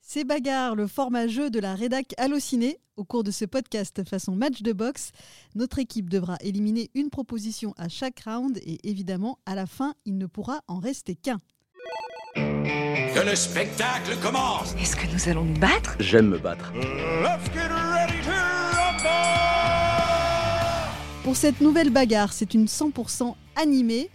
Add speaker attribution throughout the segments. Speaker 1: C'est Bagarre, le format jeu de la rédac Allociné. Au cours de ce podcast façon match de boxe, notre équipe devra éliminer une proposition à chaque round et évidemment, à la fin, il ne pourra en rester qu'un.
Speaker 2: Que le spectacle commence
Speaker 3: Est-ce que nous allons nous battre
Speaker 4: J'aime me battre.
Speaker 2: Let's get ready to rumble
Speaker 1: Pour cette nouvelle bagarre, c'est une 100% animée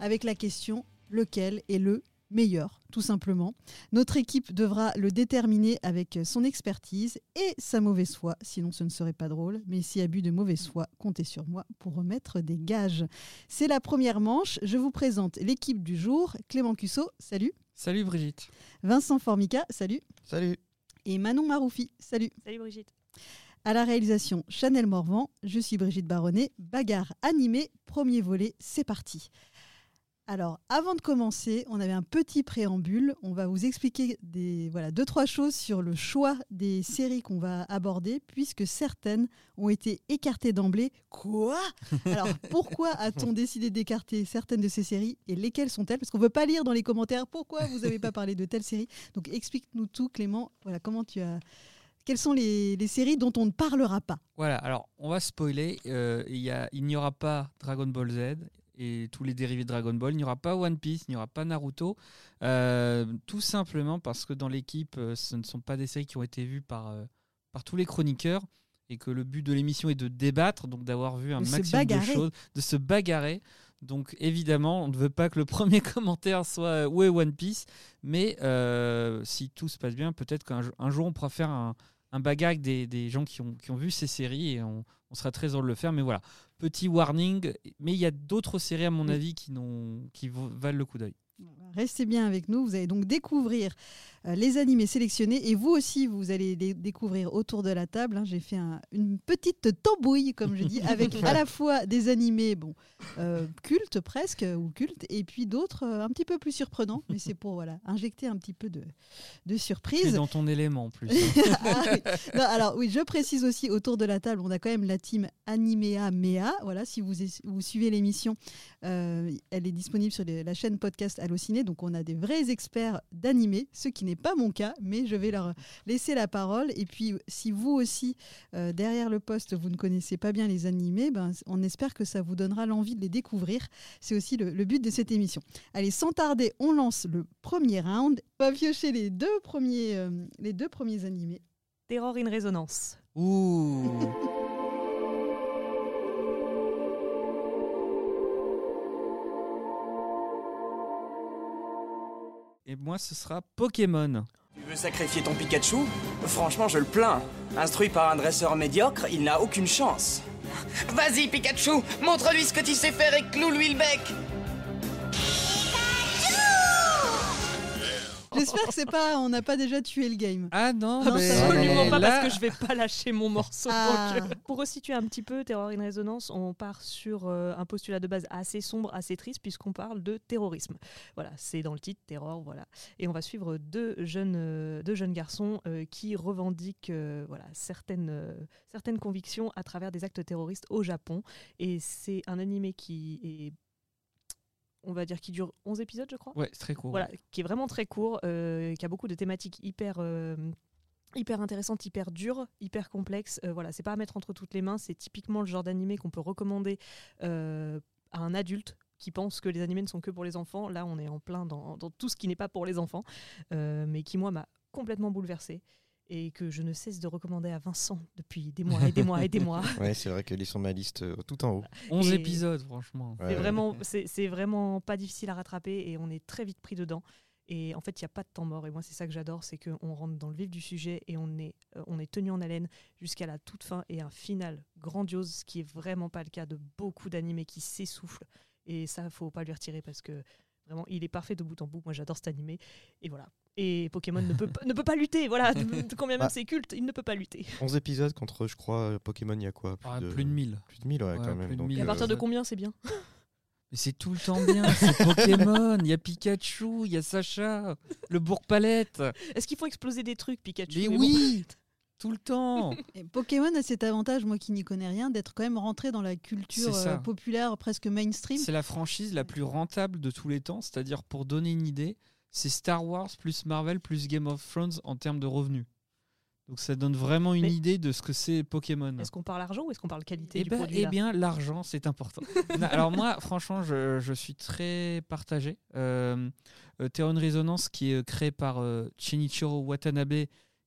Speaker 1: avec la question lequel est le meilleur, tout simplement. Notre équipe devra le déterminer avec son expertise et sa mauvaise foi, sinon ce ne serait pas drôle. Mais si abus de mauvaise foi, comptez sur moi pour remettre des gages. C'est la première manche, je vous présente l'équipe du jour. Clément Cusso, salut.
Speaker 5: Salut Brigitte.
Speaker 1: Vincent Formica, salut.
Speaker 5: Salut.
Speaker 1: Et Manon Maroufi, salut.
Speaker 6: Salut Brigitte.
Speaker 1: À la réalisation Chanel Morvan, je suis Brigitte Baronnet, bagarre animée, premier volet, c'est parti. Alors, avant de commencer, on avait un petit préambule. On va vous expliquer des, voilà, deux, trois choses sur le choix des séries qu'on va aborder, puisque certaines ont été écartées d'emblée. Quoi Alors, pourquoi a-t-on décidé d'écarter certaines de ces séries et lesquelles sont-elles Parce qu'on ne veut pas lire dans les commentaires pourquoi vous n'avez pas parlé de telle série. Donc, explique-nous tout, Clément. Voilà, comment tu as quelles sont les, les séries dont on ne parlera pas
Speaker 5: Voilà, alors on va spoiler. euh, il y a- il n'y aura pas Dragon Ball Z et tous les dérivés de Dragon Ball. Il n'y aura pas One Piece, il n'y aura pas Naruto. euh, tout simplement parce que dans l'équipe, euh, ce ne sont pas des séries qui ont été vues par, euh, par tous les chroniqueurs et que le but de l'émission est de débattre, donc d'avoir vu un
Speaker 1: De se
Speaker 5: maximum de
Speaker 1: bagarrer.
Speaker 5: choses, de se bagarrer. Donc évidemment, on ne veut pas que le premier commentaire soit euh, où est One Piece, mais euh, si tout se passe bien, peut-être qu'un jo- un jour on pourra faire un, un bagarre avec des, des gens qui ont, qui ont vu ces séries et on, on sera très heureux de le faire. Mais voilà, petit warning, mais il y a d'autres séries à mon
Speaker 1: Oui.
Speaker 5: avis qui, n'ont- qui vont- valent le coup d'œil.
Speaker 1: Restez bien avec nous, vous allez donc découvrir euh, les animés sélectionnés et vous aussi, vous allez les découvrir autour de la table. hein. J'ai fait un- une petite tambouille, comme je dis, avec à la fois des animés bon, euh, cultes presque, euh, ou cultes, et puis d'autres euh, un petit peu plus surprenants, mais c'est pour voilà, injecter un petit peu de, de
Speaker 5: Tu es
Speaker 1: surprise.
Speaker 5: dans ton élément en plus. hein.
Speaker 1: Ah oui. Non, alors oui, je précise aussi autour de la table, on a quand même la team Animea Mea. Voilà, si vous, es- vous suivez l'émission, euh, elle est disponible sur les- la chaîne podcast Allociné. Donc on a des vrais experts d'animé, ce qui n'est pas mon cas, mais je vais leur laisser la parole. Et puis si vous aussi, euh, derrière le poste, vous ne connaissez pas bien les animés, ben, on espère que ça vous donnera l'envie de les découvrir. C'est aussi le, le but de cette émission. Allez, sans tarder, on lance le premier round. On va piocher les deux premiers, euh, les deux premiers animés.
Speaker 6: Terror in Résonance.
Speaker 5: Ouh Et moi, ce sera Pokémon.
Speaker 7: Tu veux sacrifier ton Pikachu Franchement, je le plains. Instruit par un dresseur médiocre, il n'a aucune chance.
Speaker 8: Vas-y, Pikachu, montre-lui ce que tu sais faire et cloue-lui le bec.
Speaker 1: J'espère que c'est pas, on n'a pas déjà tué le game.
Speaker 5: Ah non,
Speaker 6: ben
Speaker 1: Non,
Speaker 5: mais
Speaker 6: Absolument pas,
Speaker 5: là-
Speaker 6: parce que je vais pas lâcher mon morceau.
Speaker 1: Ah.
Speaker 6: donc, euh. Pour resituer un petit peu Terror in Résonance, on part sur euh, un postulat de base assez sombre, assez triste, puisqu'on parle de terrorisme. Voilà, c'est dans le titre, Terror, voilà. Et on va suivre deux jeunes, euh, deux jeunes garçons euh, qui revendiquent euh, voilà, certaines, euh, certaines convictions à travers des actes terroristes au Japon. Et c'est un animé qui est... On va dire qui dure 11 épisodes, je crois.
Speaker 5: Ouais, c'est très court.
Speaker 6: voilà, qui est vraiment très court, euh, qui a beaucoup de thématiques hyper, euh, hyper intéressantes, hyper dures, hyper complexes. Euh, voilà, c'est pas à mettre entre toutes les mains. C'est typiquement le genre d'animé qu'on peut recommander euh, à un adulte qui pense que les animés ne sont que pour les enfants. Là, on est en plein dans, dans tout ce qui n'est pas pour les enfants, euh, mais qui moi m'a complètement bouleversée et que je ne cesse de recommander à Vincent depuis des mois et des mois et des mois.
Speaker 9: Ouais, c'est vrai qu'elle est sur ma liste euh, tout en haut.
Speaker 5: 11
Speaker 6: Et-
Speaker 5: épisodes, franchement.
Speaker 9: Ouais,
Speaker 6: C'est
Speaker 9: ouais.
Speaker 6: vraiment, c'est c'est vraiment pas difficile à rattraper et on est très vite pris dedans. Et en fait, il n'y a pas de temps mort. Et moi, c'est ça que j'adore, c'est qu'on rentre dans le vif du sujet et on est, euh, on est tenu en haleine jusqu'à la toute fin et un final grandiose, ce qui est vraiment pas le cas de beaucoup d'animés qui s'essoufflent. Et ça, faut pas lui retirer parce que vraiment, il est parfait de bout en bout. Moi, j'adore cet animé. Et voilà. Et Pokémon ne peut, pas- ne peut pas lutter. Voilà, combien même
Speaker 9: Bah.
Speaker 6: c'est culte, il ne peut pas lutter.
Speaker 9: 11 épisodes contre, je crois, euh, Pokémon, il y a quoi
Speaker 5: Ah, plus de 1000.
Speaker 9: Plus de 1000, ouais,
Speaker 5: Ouais,
Speaker 9: quand
Speaker 5: plus
Speaker 9: même.
Speaker 5: de
Speaker 9: donc,
Speaker 5: mille.
Speaker 6: Et à
Speaker 5: Euh,
Speaker 6: partir de
Speaker 5: ça-
Speaker 6: combien c'est bien
Speaker 5: Mais c'est tout le temps bien, c'est Pokémon, il y a Pikachu, il y a Sacha, le bourg-palette.
Speaker 6: Est-ce qu'il faut exploser des trucs, Pikachu
Speaker 5: Mais
Speaker 6: Mais bon.
Speaker 5: oui, tout le temps.
Speaker 1: Et Pokémon a cet avantage, moi qui n'y connais rien, d'être quand même rentré dans la culture
Speaker 5: C'est ça.
Speaker 1: euh, populaire, presque mainstream.
Speaker 5: C'est la franchise la plus rentable de tous les temps, c'est-à-dire pour donner une idée, c'est Star Wars plus Marvel plus Game of Thrones en termes de revenus. Donc ça donne vraiment une
Speaker 6: Mais-
Speaker 5: idée de ce que c'est Pokémon.
Speaker 6: Est-ce qu'on parle argent ou est-ce qu'on parle qualité
Speaker 5: Eh
Speaker 6: du
Speaker 5: ben-
Speaker 6: produit
Speaker 5: eh
Speaker 6: là
Speaker 5: bien, l'argent, c'est important. Non, Alors moi, franchement, je, je suis très partagé. Euh, euh, Theron Resonance, qui est créé par euh, Shinichiro Watanabe,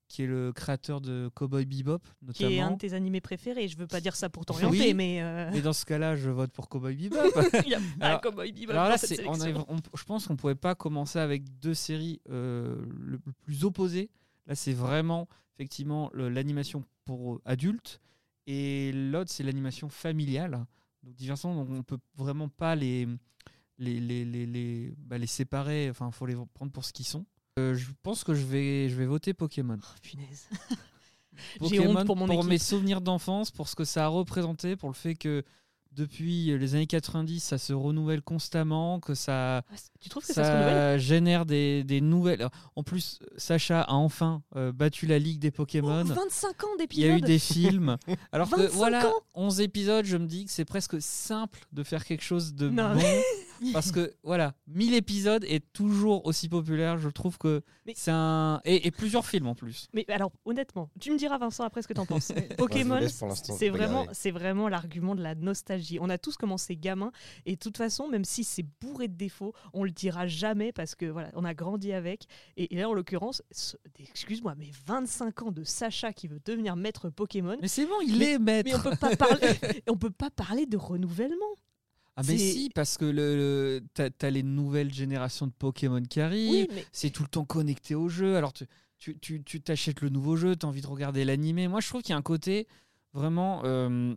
Speaker 5: qui est le créateur de Cowboy Bebop,
Speaker 6: Qui est un
Speaker 5: notamment.
Speaker 6: de tes animés préférés. Je veux pas dire ça pour t'orienter,
Speaker 5: Oui.
Speaker 6: mais. euh,
Speaker 5: Mais dans ce cas-là, je vote pour Cowboy Bebop.
Speaker 6: il y a
Speaker 5: Alors-
Speaker 6: pas comme Baby
Speaker 5: Alors là,
Speaker 6: dans cette
Speaker 5: c'est- on
Speaker 6: sélection.
Speaker 5: arrive- on- je pense qu'on ne pouvait pas commencer avec deux séries euh, le le plus opposées. Là, c'est vraiment effectivement le- l'animation pour euh, adultes et l'autre, c'est l'animation familiale. Donc, diversement, donc on peut vraiment pas les, les, les, les, les- bah, les séparer. Enfin, faut les prendre pour ce qu'ils sont. Euh, je pense que je vais, je vais voter Pokémon.
Speaker 6: Oh, punaise. J'ai honte
Speaker 5: Pokémon
Speaker 6: pour mon équipe.
Speaker 5: mes souvenirs d'enfance, pour ce que ça a représenté, pour le fait que depuis les années 90, ça se renouvelle constamment, que ça,
Speaker 6: Ah, c- Tu trouves que ça, se renouvelle
Speaker 5: ça génère des, des nouvelles. En plus, Sacha a enfin euh, battu la Ligue des Pokémon.
Speaker 6: 25 Oh, ans
Speaker 5: Il y a eu
Speaker 6: d'épisodes
Speaker 5: des films. Alors que
Speaker 6: 25
Speaker 5: voilà,
Speaker 6: ans
Speaker 5: 11 épisodes, je me dis que c'est presque simple de faire quelque chose de bon.
Speaker 6: Non,
Speaker 5: Parce que voilà, 1000 épisodes est toujours aussi populaire. Je trouve que
Speaker 6: Mais-
Speaker 5: c'est un. Et, et plusieurs films en plus.
Speaker 6: Mais alors, honnêtement, tu me diras, Vincent, après ce que t'en penses.
Speaker 9: Moi,
Speaker 6: Pokémon,
Speaker 9: je vous laisse pour l'instant,
Speaker 6: c'est
Speaker 9: je vais
Speaker 6: vraiment,
Speaker 9: regarder.
Speaker 6: c'est vraiment l'argument de la nostalgie. On a tous commencé gamin, et de toute façon, même si c'est bourré de défauts, on le dira jamais parce que voilà, on a grandi avec. Et, et là, en l'occurrence, ce- excuse-moi, mais 25 ans de Sacha qui veut devenir maître Pokémon.
Speaker 5: Mais c'est bon, il est maître.
Speaker 6: Mais on peut pas parler, on peut pas parler de renouvellement.
Speaker 5: Ah mais
Speaker 6: C'est-
Speaker 5: si, parce que le, le- t'as, t'as les nouvelles générations de Pokémon qui arrivent,
Speaker 6: Oui, mais
Speaker 5: c'est tout le temps connecté au jeu, alors tu, tu, tu, tu t'achètes le nouveau jeu, t'as envie de regarder l'animé. Moi je trouve qu'il y a un côté vraiment, euh,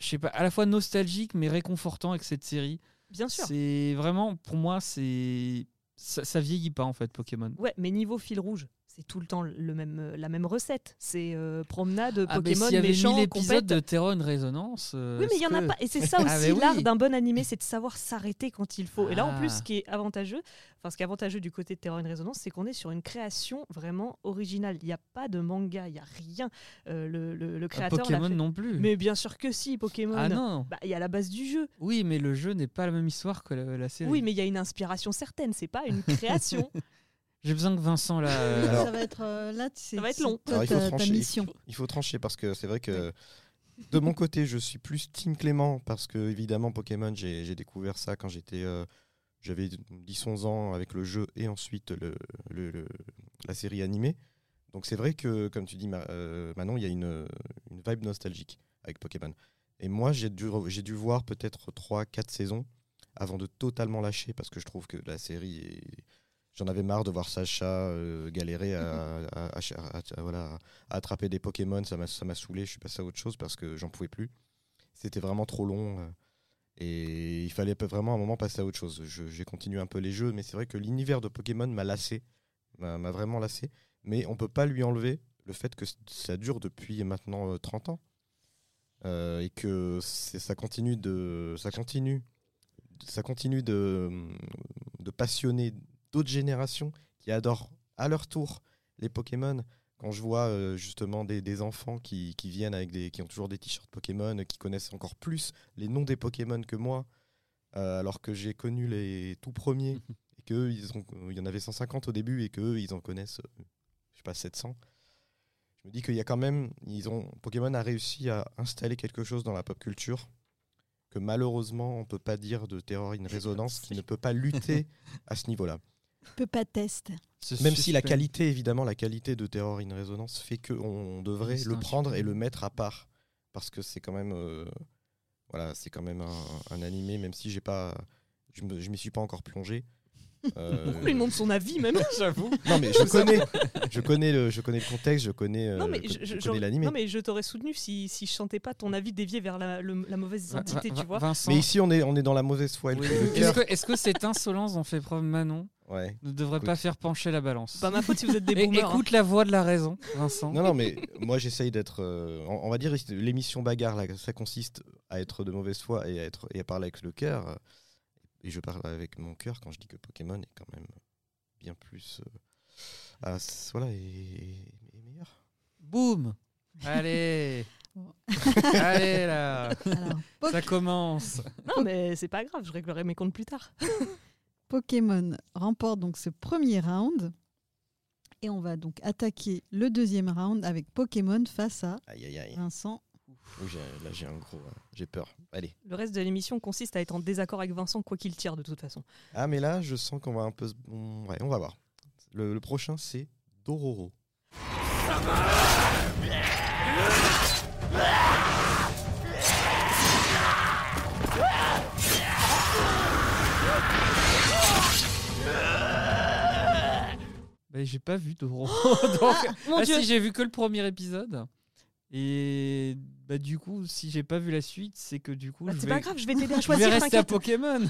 Speaker 5: je sais pas, à la fois nostalgique mais réconfortant avec cette série.
Speaker 6: bien sûr.
Speaker 5: C'est vraiment, pour moi, c'est ça, ça vieillit pas en fait Pokémon.
Speaker 6: Ouais, mais niveau fil rouge, c'est tout le temps le même, euh, la même recette. C'est euh, promenade,
Speaker 5: Ah, mais
Speaker 6: Pokémon,
Speaker 5: s'il y avait
Speaker 6: méchant,
Speaker 5: 1000
Speaker 6: compète.
Speaker 5: épisodes de Terra Résonance.
Speaker 6: Oui, mais il y en a pas. Et c'est ça
Speaker 5: Ah,
Speaker 6: aussi
Speaker 5: mais oui.
Speaker 6: l'art d'un bon animé, c'est de savoir s'arrêter quand il faut. Et là, en plus,
Speaker 5: Ah.
Speaker 6: ce qui est avantageux, enfin, ce qui est avantageux du côté de Terror in Résonance, c'est qu'on est sur une création vraiment originale. Il n'y a pas de manga, il n'y a rien. Euh, le, le- le créateur. l'a
Speaker 5: Ah, Pokémon
Speaker 6: fait.
Speaker 5: non plus.
Speaker 6: Mais bien sûr que si, Pokémon.
Speaker 5: Ah non
Speaker 6: Bah, il y a la base du jeu.
Speaker 5: Oui, mais le jeu n'est pas la même histoire que la, la série.
Speaker 6: Oui, mais il y a une inspiration certaine. C'est pas une création.
Speaker 5: J'ai besoin que Vincent là. euh,
Speaker 9: Alors-
Speaker 1: ça va être euh, là, c'est
Speaker 6: Ça va être long.
Speaker 1: c'est toi,
Speaker 9: Alors, il faut
Speaker 1: ta, ta
Speaker 9: trancher.
Speaker 1: mission.
Speaker 9: Il faut trancher parce que c'est vrai que de mon côté, je suis plus Team Clément parce que évidemment Pokémon, j'ai j'ai découvert ça quand j'étais euh, j'avais 10-11 ans avec le jeu et ensuite le, le- le- la série animée. Donc c'est vrai que comme tu dis Ma- euh, Manon, il y a une, une vibe nostalgique avec Pokémon. Et moi, j'ai dû re- j'ai dû voir peut-être 3 4 saisons avant de totalement lâcher parce que je trouve que la série est- J'en avais marre de voir Sacha euh, galérer à, à- à- à- à- voilà, à- à attraper des Pokémon, ça m'a ça m'a saoulé, je suis passé à autre chose parce que j'en pouvais plus. C'était vraiment trop long euh, et il fallait pe- vraiment à un moment passer à autre chose. Je- J'ai continué un peu les jeux, mais c'est vrai que l'univers de Pokémon m'a lassé, m'a m'a vraiment lassé. Mais on peut pas lui enlever le fait que c- ça dure depuis maintenant euh, 30 ans Euh, et que c'est- ça continue de ça continue ça continue de, de passionner d'autres générations qui adorent à leur tour les Pokémon quand je vois euh, justement des, des enfants qui, qui viennent avec des qui ont toujours des t-shirts Pokémon, euh, qui connaissent encore plus les noms des Pokémon que moi, euh, alors que j'ai connu les tout premiers et que ils ont, il y en avait 150 au début et que eux, ils en connaissent, euh, je sais pas 700. Je me dis qu'il y a quand même, ils ont Pokémon a réussi à installer quelque chose dans la pop culture que malheureusement on peut pas dire de Terror in Resonance qui ne peut pas lutter à ce niveau-là.
Speaker 1: Peut pas test.
Speaker 5: ce
Speaker 9: Même si la
Speaker 5: suspense.
Speaker 9: qualité, évidemment, la qualité de Terror in Resonance fait qu'on devrait
Speaker 5: C'est
Speaker 9: le
Speaker 5: un
Speaker 9: prendre et
Speaker 5: super.
Speaker 9: le mettre à part. Parce que c'est quand même. euh, voilà, c'est quand même un, un animé, même si j'ai pas. Je me- je m'y suis pas encore plongé. Euh,
Speaker 6: Pourquoi il demande son avis même
Speaker 5: J'avoue.
Speaker 9: non mais je connais, je connais le, je connais le contexte, je connais, euh,
Speaker 6: Non mais
Speaker 9: je,
Speaker 6: je, je-
Speaker 9: je
Speaker 6: j'aurais-
Speaker 9: connais l'animé.
Speaker 6: non,
Speaker 9: Mais...
Speaker 6: mais je t'aurais soutenu si, si je chantais pas ton avis dévié vers la, le- la mauvaise
Speaker 5: Vin-
Speaker 6: identité,
Speaker 5: Vin-
Speaker 6: tu vois.
Speaker 5: Vincent.
Speaker 9: ici on est, on est dans la mauvaise foi. et le-
Speaker 5: Oui.
Speaker 9: le
Speaker 5: Est-ce
Speaker 9: cœur-
Speaker 5: que, est-ce que cette insolence dont fait preuve Manon
Speaker 9: Ouais.
Speaker 5: ne devrait
Speaker 9: Écoute.
Speaker 5: pas faire pencher la balance
Speaker 6: C'est pas ma faute si vous êtes Bah, des
Speaker 9: Eh,
Speaker 5: Et-
Speaker 6: boomers. hein.
Speaker 5: Écoute la voix de la raison, Vincent.
Speaker 9: Non non mais moi j'essaye d'être, euh, on, on va dire l'émission bagarre là, ça consiste à être de mauvaise foi et à être et à parler avec le cœur. Euh, Et je parle avec mon cœur quand je dis que Pokémon est quand même bien plus, euh, à s- voilà, et, et meilleur.
Speaker 5: Boum Allez
Speaker 1: Bon.
Speaker 5: Allez là
Speaker 1: Alors, Poc-
Speaker 5: Ça commence
Speaker 6: Non mais c'est pas grave, je réglerai mes comptes plus tard.
Speaker 1: Pokémon remporte donc ce premier round. Et on va donc attaquer le deuxième round avec Pokémon face à
Speaker 9: Aïe, aïe, aïe.
Speaker 1: Vincent.
Speaker 9: Ouh, j'ai- là, j'ai un gros. euh, J'ai peur. Allez.
Speaker 6: Le reste de l'émission consiste à être en désaccord avec Vincent, quoi qu'il tire de toute façon.
Speaker 9: Ah, mais là, je sens qu'on va un peu. se- on- Ouais, on va voir. Le, le prochain, c'est Dororo.
Speaker 5: Ben, j'ai pas vu Dororo. Donc,
Speaker 6: Mon
Speaker 5: ah,
Speaker 6: Dieu
Speaker 5: si j'ai vu que le premier épisode. Et bah du coup, si j'ai pas vu la suite, c'est que du coup,
Speaker 6: Bah,
Speaker 5: je,
Speaker 6: C'est
Speaker 5: vais,
Speaker 6: pas grave, je vais t'aider
Speaker 5: je
Speaker 6: à
Speaker 5: vais
Speaker 6: choisir,
Speaker 5: rester à
Speaker 6: t'inquiète.
Speaker 5: Pokémon.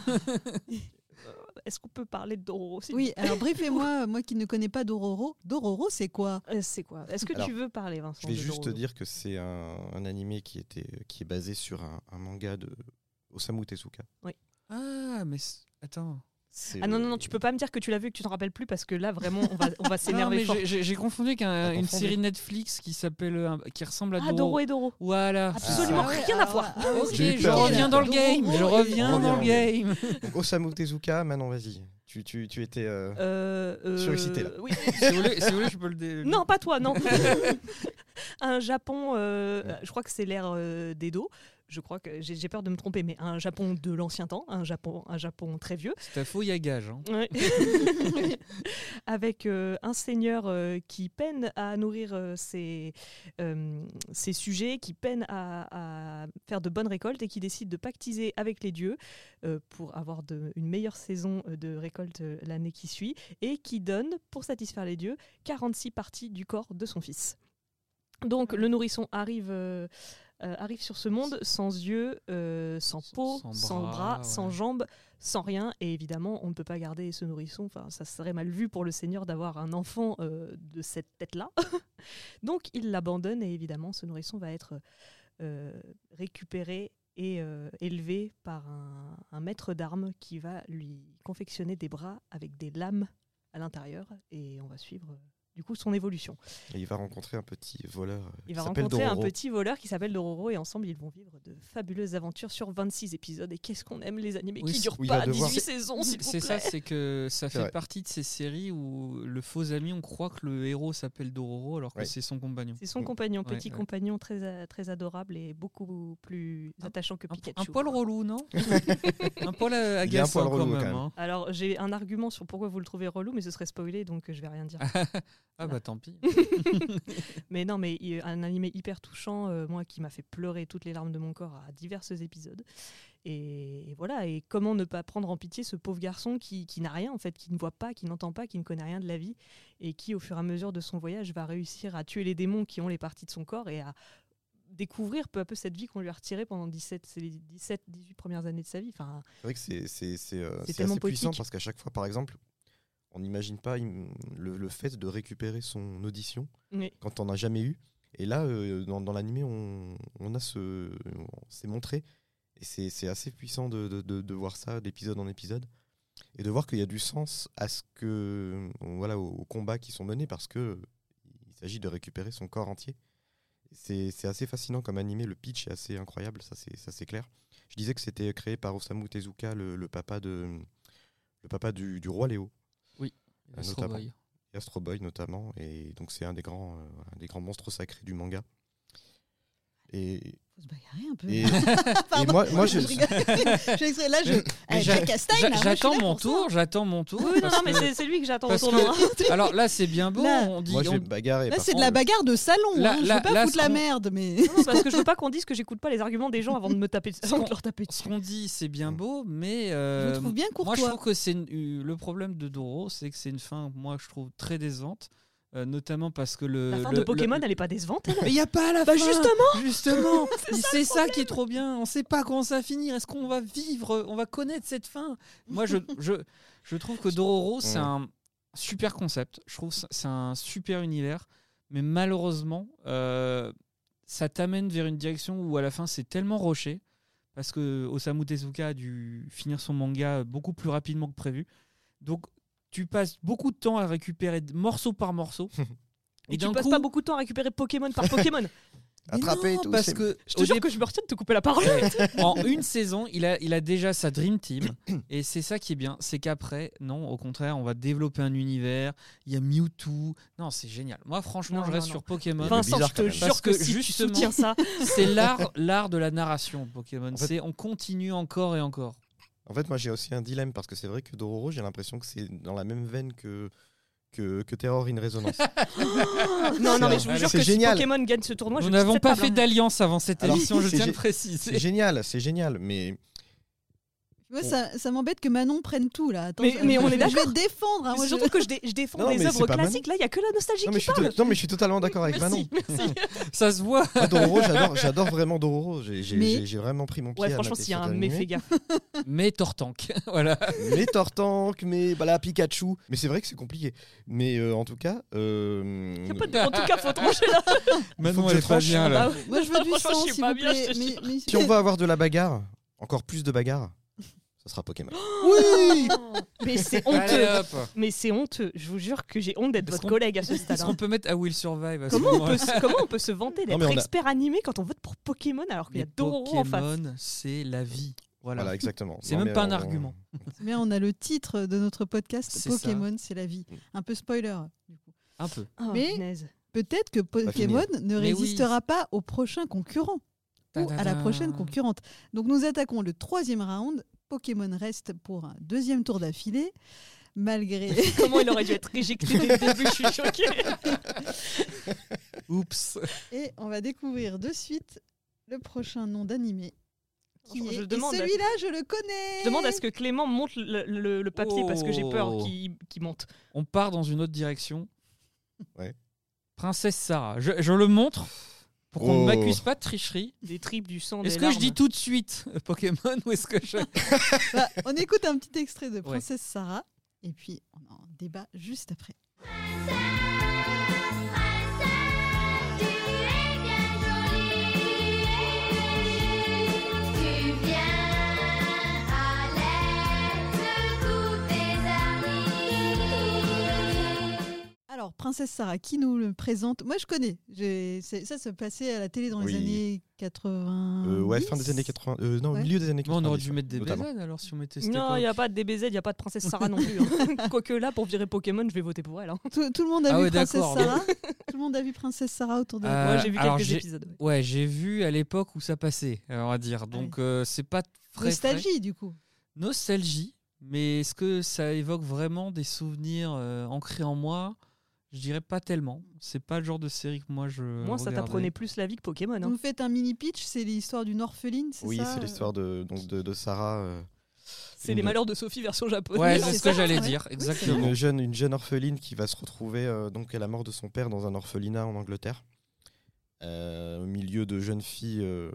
Speaker 6: Est-ce qu'on peut parler de Dororo s'il
Speaker 1: Oui, alors briefez-moi, moi qui ne connais pas Dororo, Dororo c'est quoi
Speaker 6: Euh, C'est quoi Est-ce que
Speaker 9: Alors,
Speaker 6: tu veux parler, Vincent
Speaker 9: Je vais
Speaker 6: de
Speaker 9: juste
Speaker 6: Oh,
Speaker 9: te
Speaker 6: Dororo
Speaker 9: dire que c'est un, un animé qui, était, qui est basé sur un, un manga de Osamu Tezuka.
Speaker 5: Ah, mais c- attends.
Speaker 9: C'est,
Speaker 6: Ah non, non,
Speaker 9: euh,
Speaker 6: non, tu peux pas me dire que tu l'as vu et que tu t'en rappelles plus parce que là, vraiment, on va, on
Speaker 5: Non,
Speaker 6: va s'énerver
Speaker 5: mais
Speaker 6: fort.
Speaker 5: j'ai- j'ai j'ai confondu avec un-
Speaker 9: T'as
Speaker 5: une
Speaker 9: confondu.
Speaker 5: série Netflix qui s'appelle euh, qui ressemble à
Speaker 6: Ah,
Speaker 5: Dororo.
Speaker 6: Doro et Doro.
Speaker 5: Voilà. c'est
Speaker 6: Absolument
Speaker 5: ça.
Speaker 6: rien à voir.
Speaker 1: ah ouais,
Speaker 5: Ok,
Speaker 9: J'ai eu
Speaker 5: je
Speaker 9: peur.
Speaker 5: reviens dans le
Speaker 1: Dororo
Speaker 5: game. Je
Speaker 1: et-
Speaker 5: reviens dans le
Speaker 9: Reviens.
Speaker 5: game.
Speaker 9: Osamu Tezuka, Manon, vas-y. Tu, tu, tu étais. euh,
Speaker 6: Euh, euh,
Speaker 9: Surexcité, là.
Speaker 6: oui.
Speaker 5: si vous voulez, si vous voulez, je peux le. dé-
Speaker 6: Non, pas toi, non. un Japon, euh, je crois que c'est l'ère euh, d'Edo. Je crois que j'ai j'ai peur de me tromper, mais un Japon de l'ancien temps, un Japon, un Japon très vieux.
Speaker 5: C'est à faux, il y a gage. hein.
Speaker 6: Ouais. Avec euh, un seigneur euh, qui peine à nourrir euh, ses, euh, ses sujets, qui peine à, à faire de bonnes récoltes et qui décide de pactiser avec les dieux euh, pour avoir de- une meilleure saison euh, de récolte euh, l'année qui suit et qui donne, pour satisfaire les dieux, 46 parties du corps de son fils. Donc le nourrisson arrive, euh, euh, arrive sur ce monde sans yeux, euh, sans
Speaker 5: Sans-
Speaker 6: peau,
Speaker 5: sans
Speaker 6: sans,
Speaker 5: bras,
Speaker 6: bras, sans
Speaker 5: ouais.
Speaker 6: jambes, sans rien. Et évidemment, on ne peut pas garder ce nourrisson. Enfin, ça serait mal vu pour le Seigneur d'avoir un enfant euh, de cette tête-là. Donc il l'abandonne et évidemment, ce nourrisson va être euh, récupéré et euh, élevé par un, un maître d'armes qui va lui confectionner des bras avec des lames à l'intérieur. Et on va suivre euh, du coup son évolution.
Speaker 9: et il va rencontrer un petit voleur. euh, qui
Speaker 6: Il va
Speaker 9: s'appelle
Speaker 6: rencontrer un
Speaker 9: Dororo.
Speaker 6: petit voleur qui s'appelle Dororo et ensemble ils vont vivre de fabuleuses aventures sur 26 épisodes. Et qu'est-ce qu'on aime les animés
Speaker 5: Oui,
Speaker 6: qui
Speaker 5: c'est-
Speaker 6: durent
Speaker 9: oui, il va
Speaker 6: pas
Speaker 9: devoir-
Speaker 6: 18 saisons, s'il vous
Speaker 5: C'est ça,
Speaker 6: plaît.
Speaker 5: c'est que ça fait
Speaker 9: vrai.
Speaker 5: partie de ces séries où le faux ami, on croit que le héros s'appelle Dororo alors que
Speaker 9: Ouais.
Speaker 5: c'est son compagnon.
Speaker 6: C'est son
Speaker 9: Ouais,
Speaker 6: compagnon,
Speaker 5: ouais,
Speaker 6: petit
Speaker 5: ouais.
Speaker 6: compagnon très, a- très adorable et beaucoup plus
Speaker 5: Un-
Speaker 6: attachant que
Speaker 5: Un,
Speaker 6: Pikachu.
Speaker 5: un poil relou, non Un poil euh,
Speaker 9: Il est un
Speaker 5: agaçant
Speaker 9: poil
Speaker 5: quand
Speaker 9: relou,
Speaker 5: même.
Speaker 9: quand même.
Speaker 5: hein.
Speaker 6: Alors j'ai un argument sur pourquoi vous le trouvez relou, mais ce serait spoilé donc euh, je vais rien dire.
Speaker 5: Ah bah tant pis.
Speaker 6: Mais non, mais il- un animé hyper touchant, euh, moi qui m'a fait pleurer toutes les larmes de mon corps à divers épisodes. Et, et voilà, et comment ne pas prendre en pitié ce pauvre garçon qui, qui n'a rien en fait, qui ne voit pas, qui n'entend pas, qui ne connaît rien de la vie, et qui au fur et à mesure de son voyage va réussir à tuer les démons qui ont les parties de son corps et à découvrir peu à peu cette vie qu'on lui a retirée pendant 17, ces 17, 18 premières années de sa vie. Enfin,
Speaker 9: C'est vrai que c'est c'est- c'est, euh,
Speaker 6: C'est
Speaker 9: c'est
Speaker 6: tellement
Speaker 9: assez puissant
Speaker 6: poétique.
Speaker 9: parce qu'à chaque fois, par exemple, on n'imagine pas im- le, le fait de récupérer son audition
Speaker 6: Oui.
Speaker 9: quand on n'a jamais eu. Et là, euh, dans, dans l'animé, on, on a ce, on s'est montré et c'est c'est assez puissant de, de- de- de voir ça d'épisode en épisode et de voir qu'il y a du sens à ce que voilà aux, aux combats qui sont menés parce que il s'agit de récupérer son corps entier. C'est c'est assez fascinant comme animé, le pitch est assez incroyable, ça c'est ça, c'est clair. Je disais que c'était créé par Osamu Tezuka, le, le papa de le papa du, du roi Léo, Ah,
Speaker 5: Astro
Speaker 9: notamment.
Speaker 5: Boy.
Speaker 9: et Astro Boy notamment, et donc c'est un des grands euh, un des grands monstres sacrés du manga. Et,
Speaker 1: Faut se bagarrer un peu.
Speaker 9: et- et
Speaker 1: Pardon.
Speaker 9: moi, moi
Speaker 1: je
Speaker 9: je,
Speaker 1: rigole. Je suis- Là, je.
Speaker 5: Mais- mais
Speaker 1: Eh,
Speaker 5: j'a-
Speaker 1: Jack
Speaker 6: Ah,
Speaker 1: Chastain,
Speaker 5: j'a-
Speaker 1: là, moi, je suis
Speaker 5: J'attends
Speaker 1: là
Speaker 5: mon
Speaker 1: pour ça.
Speaker 5: tour, j'attends mon tour.
Speaker 6: oui, non,
Speaker 5: parce
Speaker 6: non, mais
Speaker 5: que-
Speaker 6: c'est c'est lui que j'attends au
Speaker 5: parce
Speaker 6: tournant.
Speaker 5: Alors là, c'est bien beau.
Speaker 1: Là-
Speaker 5: on dit,
Speaker 9: moi je vais
Speaker 5: on-
Speaker 9: me bagarrer.
Speaker 1: Là,
Speaker 9: par
Speaker 1: c'est de
Speaker 9: contre.
Speaker 1: la bagarre de salon.
Speaker 5: Là-
Speaker 1: hein. Je
Speaker 5: là-
Speaker 1: veux pas
Speaker 5: là,
Speaker 1: foutre
Speaker 5: ce
Speaker 1: la
Speaker 5: qu'on-
Speaker 1: merde, mais.
Speaker 6: Non, parce que je veux pas qu'on dise que j'écoute pas les arguments des gens avant de me taper, avant de leur taper
Speaker 5: ce
Speaker 6: dessus.
Speaker 5: qu'on dit, c'est bien
Speaker 9: Mm.
Speaker 5: beau, mais
Speaker 1: Je
Speaker 5: euh,
Speaker 1: le trouve bien
Speaker 5: moi je
Speaker 1: courtois.
Speaker 5: trouve que c'est une- euh, le problème de Doro, c'est que c'est une fin, moi je trouve très décevante, euh, notamment parce que le
Speaker 6: La fin
Speaker 5: le-
Speaker 6: de
Speaker 5: le-
Speaker 6: Pokémon, elle est pas décevante.
Speaker 5: Mais il n'y a pas la
Speaker 6: Bah
Speaker 5: fin
Speaker 6: justement
Speaker 5: Justement C'est ça, qui est trop bien. On ne sait pas comment ça va finir. Est-ce qu'on va vivre On va connaître cette fin Moi, je, je, je trouve que Dororo, c'est
Speaker 9: Ouais.
Speaker 5: un super concept. Je trouve ça- c'est un super univers. Mais malheureusement, euh, ça t'amène vers une direction où à la fin, c'est tellement roché. Parce que Osamu Tezuka a dû finir son manga beaucoup plus rapidement que prévu. Donc, tu passes beaucoup de temps à récupérer morceau par morceau.
Speaker 6: Et tu
Speaker 5: d'un
Speaker 6: passes
Speaker 5: coup-
Speaker 6: pas beaucoup de temps à récupérer Pokémon par Pokémon.
Speaker 5: Mais
Speaker 9: Attraper
Speaker 5: non,
Speaker 9: tous
Speaker 5: parce
Speaker 9: ces-
Speaker 5: que
Speaker 6: Je te
Speaker 5: au
Speaker 6: jure
Speaker 5: dé-
Speaker 6: que je me retiens de te couper la parole.
Speaker 5: en une saison, il a, il a déjà sa dream team. Et c'est ça qui est bien. C'est qu'après, non, au contraire, on va développer un univers. Il y a Mewtwo. Non, c'est génial. Moi, franchement,
Speaker 6: Non,
Speaker 5: je reste
Speaker 6: non,
Speaker 5: sur
Speaker 6: non.
Speaker 5: Pokémon.
Speaker 9: Enfin,
Speaker 6: Vincent,
Speaker 9: bizarre
Speaker 6: je
Speaker 9: quand
Speaker 6: te
Speaker 9: même.
Speaker 5: Parce
Speaker 6: jure
Speaker 5: que
Speaker 6: que si tu
Speaker 5: justement-
Speaker 6: soutiens ça,
Speaker 5: C'est l'art, l'art de la narration, Pokémon.
Speaker 9: fait-
Speaker 5: C'est on continue encore et encore.
Speaker 9: En fait, moi, j'ai aussi un dilemme parce que c'est vrai que Dororo, j'ai l'impression que c'est dans la même veine que que, que Terror in Resonance.
Speaker 6: Non, non, mais
Speaker 9: C'est-
Speaker 6: je vous
Speaker 9: Allez,
Speaker 6: jure
Speaker 9: c'est
Speaker 6: que
Speaker 9: génial.
Speaker 6: si Pokémon gagne ce tournoi, je
Speaker 5: Nous
Speaker 6: quitte
Speaker 5: n'avons
Speaker 6: cette
Speaker 5: pas
Speaker 6: table,
Speaker 5: fait
Speaker 6: hein.
Speaker 5: d'alliance avant cette
Speaker 9: Alors,
Speaker 5: émission, je
Speaker 9: c'est
Speaker 5: tiens à le
Speaker 9: gé- c'est
Speaker 5: préciser.
Speaker 9: génial, c'est génial, mais
Speaker 1: Moi, ça, ça m'embête que Manon prenne tout là. Attends,
Speaker 6: Mais-
Speaker 1: ça-
Speaker 6: mais on est
Speaker 1: Je vais te défendre. hein,
Speaker 6: Mais
Speaker 1: moi, je-
Speaker 6: surtout que je, dé- je défends
Speaker 9: Non, mais
Speaker 6: les
Speaker 9: c'est
Speaker 6: œuvres
Speaker 9: pas mal.
Speaker 6: classiques, là, il n'y a que la nostalgie
Speaker 9: non mais, je
Speaker 6: qui
Speaker 9: suis
Speaker 6: parle.
Speaker 9: to- non, mais je suis totalement d'accord avec Manon.
Speaker 6: Merci, merci.
Speaker 5: Ça se voit.
Speaker 9: Ah, Dororo, j'adore, j'adore vraiment Dororo. J'ai, j'ai-
Speaker 1: Mais-
Speaker 9: j'ai- j'ai vraiment pris mon pied.
Speaker 6: Ouais,
Speaker 9: à
Speaker 6: franchement,
Speaker 9: mater
Speaker 6: s'il y a
Speaker 9: cet
Speaker 6: un
Speaker 9: animé.
Speaker 6: méfait gaffe.
Speaker 5: Mais Tortank, voilà.
Speaker 9: mes Tortank, mes bah, la Pikachu. Mais c'est vrai que c'est compliqué. Mais euh, en tout cas, euh,
Speaker 6: Y a pas de- En tout cas, faut trancher là.
Speaker 9: Faut
Speaker 5: Maintenant,
Speaker 9: que
Speaker 5: elle
Speaker 9: je
Speaker 5: est pas
Speaker 9: tranche.
Speaker 5: bien là.
Speaker 1: moi, je veux du
Speaker 6: Franchement,
Speaker 1: sang,
Speaker 6: je suis
Speaker 1: s'il
Speaker 6: pas
Speaker 1: vous
Speaker 6: bien,
Speaker 1: plaît.
Speaker 6: je te
Speaker 1: Mais- mais-
Speaker 9: si on va avoir de la bagarre, encore plus de bagarre, ça sera Pokémon. oui
Speaker 6: Mais c'est
Speaker 5: Allez,
Speaker 6: honteux.
Speaker 5: hop.
Speaker 6: Mais c'est honteux. Je vous jure que j'ai honte d'être
Speaker 5: Est-ce
Speaker 6: votre
Speaker 5: qu'on-
Speaker 6: collègue à ce stade.
Speaker 5: Est-ce
Speaker 6: hein.
Speaker 5: qu'on peut mettre I Will Survive à ce
Speaker 6: Comment on,
Speaker 5: moment-là
Speaker 6: peut se, comment on peut se vanter
Speaker 9: Non, mais
Speaker 6: d'être
Speaker 9: on a-
Speaker 6: expert animé quand on vote pour Pokémon alors qu'il y
Speaker 5: Les
Speaker 6: a Dororo en face
Speaker 5: Pokémon, c'est la vie. Voilà.
Speaker 9: Voilà, exactement.
Speaker 5: C'est
Speaker 9: Non,
Speaker 5: même
Speaker 9: mais
Speaker 5: pas un
Speaker 9: on-
Speaker 5: argument.
Speaker 1: Mais on a le titre de notre podcast
Speaker 5: C'est
Speaker 1: Pokémon, c'est la vie.
Speaker 9: Mm.
Speaker 1: Un peu spoiler. du coup.
Speaker 5: Un peu.
Speaker 6: Oh,
Speaker 1: Mais-
Speaker 6: punaise.
Speaker 1: Peut-être que Pokémon ne
Speaker 5: Mais oui.
Speaker 1: résistera pas au prochain concurrent ou à la
Speaker 5: Ta-da-da.
Speaker 1: prochaine concurrente. Donc nous attaquons le troisième round. Pokémon reste pour un deuxième tour d'affilée, malgré
Speaker 6: Comment il aurait dû être éjecté dès le début Je suis choquée.
Speaker 5: Oups.
Speaker 1: Et on va découvrir de suite le prochain nom d'animé. qui
Speaker 6: Je-
Speaker 1: est-
Speaker 6: je
Speaker 1: et
Speaker 6: demande à-
Speaker 1: Celui-là, je le connais.
Speaker 6: Je demande à ce que Clément monte le, le- le papier parce que j'ai peur
Speaker 5: Oh.
Speaker 6: qu'il qu'il monte.
Speaker 5: On part dans une autre direction.
Speaker 9: Ouais.
Speaker 5: Princesse Sarah. Je, je le montre pour qu'on
Speaker 9: Oh.
Speaker 5: ne m'accuse pas de tricherie.
Speaker 6: Des tripes, du sang,
Speaker 5: Est-ce
Speaker 6: des
Speaker 5: que je
Speaker 6: larmes.
Speaker 5: dis tout de suite euh, Pokémon ou est-ce que je.
Speaker 1: Bah, on écoute un petit extrait de Princesse Sarah et puis on en débat juste après.
Speaker 3: Tu viens à l'aide de tous tes amis.
Speaker 1: Alors, Princesse Sarah, qui nous le présente Moi, je connais. J'ai- c'est- Ça se passait à la télé dans les
Speaker 9: Oui.
Speaker 1: années 80.
Speaker 9: Euh, ouais, fin des années 80. euh, non,
Speaker 1: Ouais.
Speaker 9: milieu des années 80.
Speaker 5: Bon, on aurait dû mettre des
Speaker 9: notamment.
Speaker 5: BZ alors si on mettait cette
Speaker 6: Non, il n'y
Speaker 5: époque.
Speaker 6: a pas de DBZ, il n'y a pas de princesse Sarah non plus. hein. Quoique là, pour virer Pokémon, je vais voter pour elle. hein.
Speaker 1: Tout, tout le monde a
Speaker 5: Ah
Speaker 1: vu
Speaker 5: ouais,
Speaker 1: Princesse
Speaker 5: d'accord.
Speaker 1: Sarah. tout le monde a vu Princesse Sarah autour de.
Speaker 5: Euh,
Speaker 6: Moi, j'ai vu
Speaker 5: alors,
Speaker 6: quelques
Speaker 5: j'ai-
Speaker 6: épisodes. ouais.
Speaker 5: Ouais, j'ai vu à l'époque où ça passait, on va dire. Donc euh, c'est pas très
Speaker 1: Nostalgie, du coup.
Speaker 5: nostalgie, mais est-ce que ça évoque vraiment des souvenirs euh, ancrés en moi Je dirais pas tellement. C'est pas le genre de série que moi je.
Speaker 6: Moi, ça
Speaker 5: regardais.
Speaker 6: t'apprenait plus la vie que Pokémon.
Speaker 1: Vous
Speaker 5: Mmh.
Speaker 6: hein.
Speaker 1: me faites un mini pitch. C'est l'histoire d'une orpheline, c'est
Speaker 9: Oui,
Speaker 1: ça
Speaker 5: euh.
Speaker 9: c'est l'histoire de, donc, de, de Sarah, euh,
Speaker 6: C'est
Speaker 9: une-
Speaker 6: les malheurs de Sophie version japonaise.
Speaker 5: Mmh. Ouais,
Speaker 1: Oui,
Speaker 5: c'est
Speaker 1: c'est
Speaker 5: ce que
Speaker 1: ça,
Speaker 5: j'allais
Speaker 1: ouais.
Speaker 5: dire,
Speaker 1: Oui, c'est vrai.
Speaker 5: exactement.
Speaker 9: une jeune, une jeune orpheline qui va se retrouver euh, donc à la mort de son père dans un orphelinat en Angleterre, euh, au milieu de jeunes filles euh,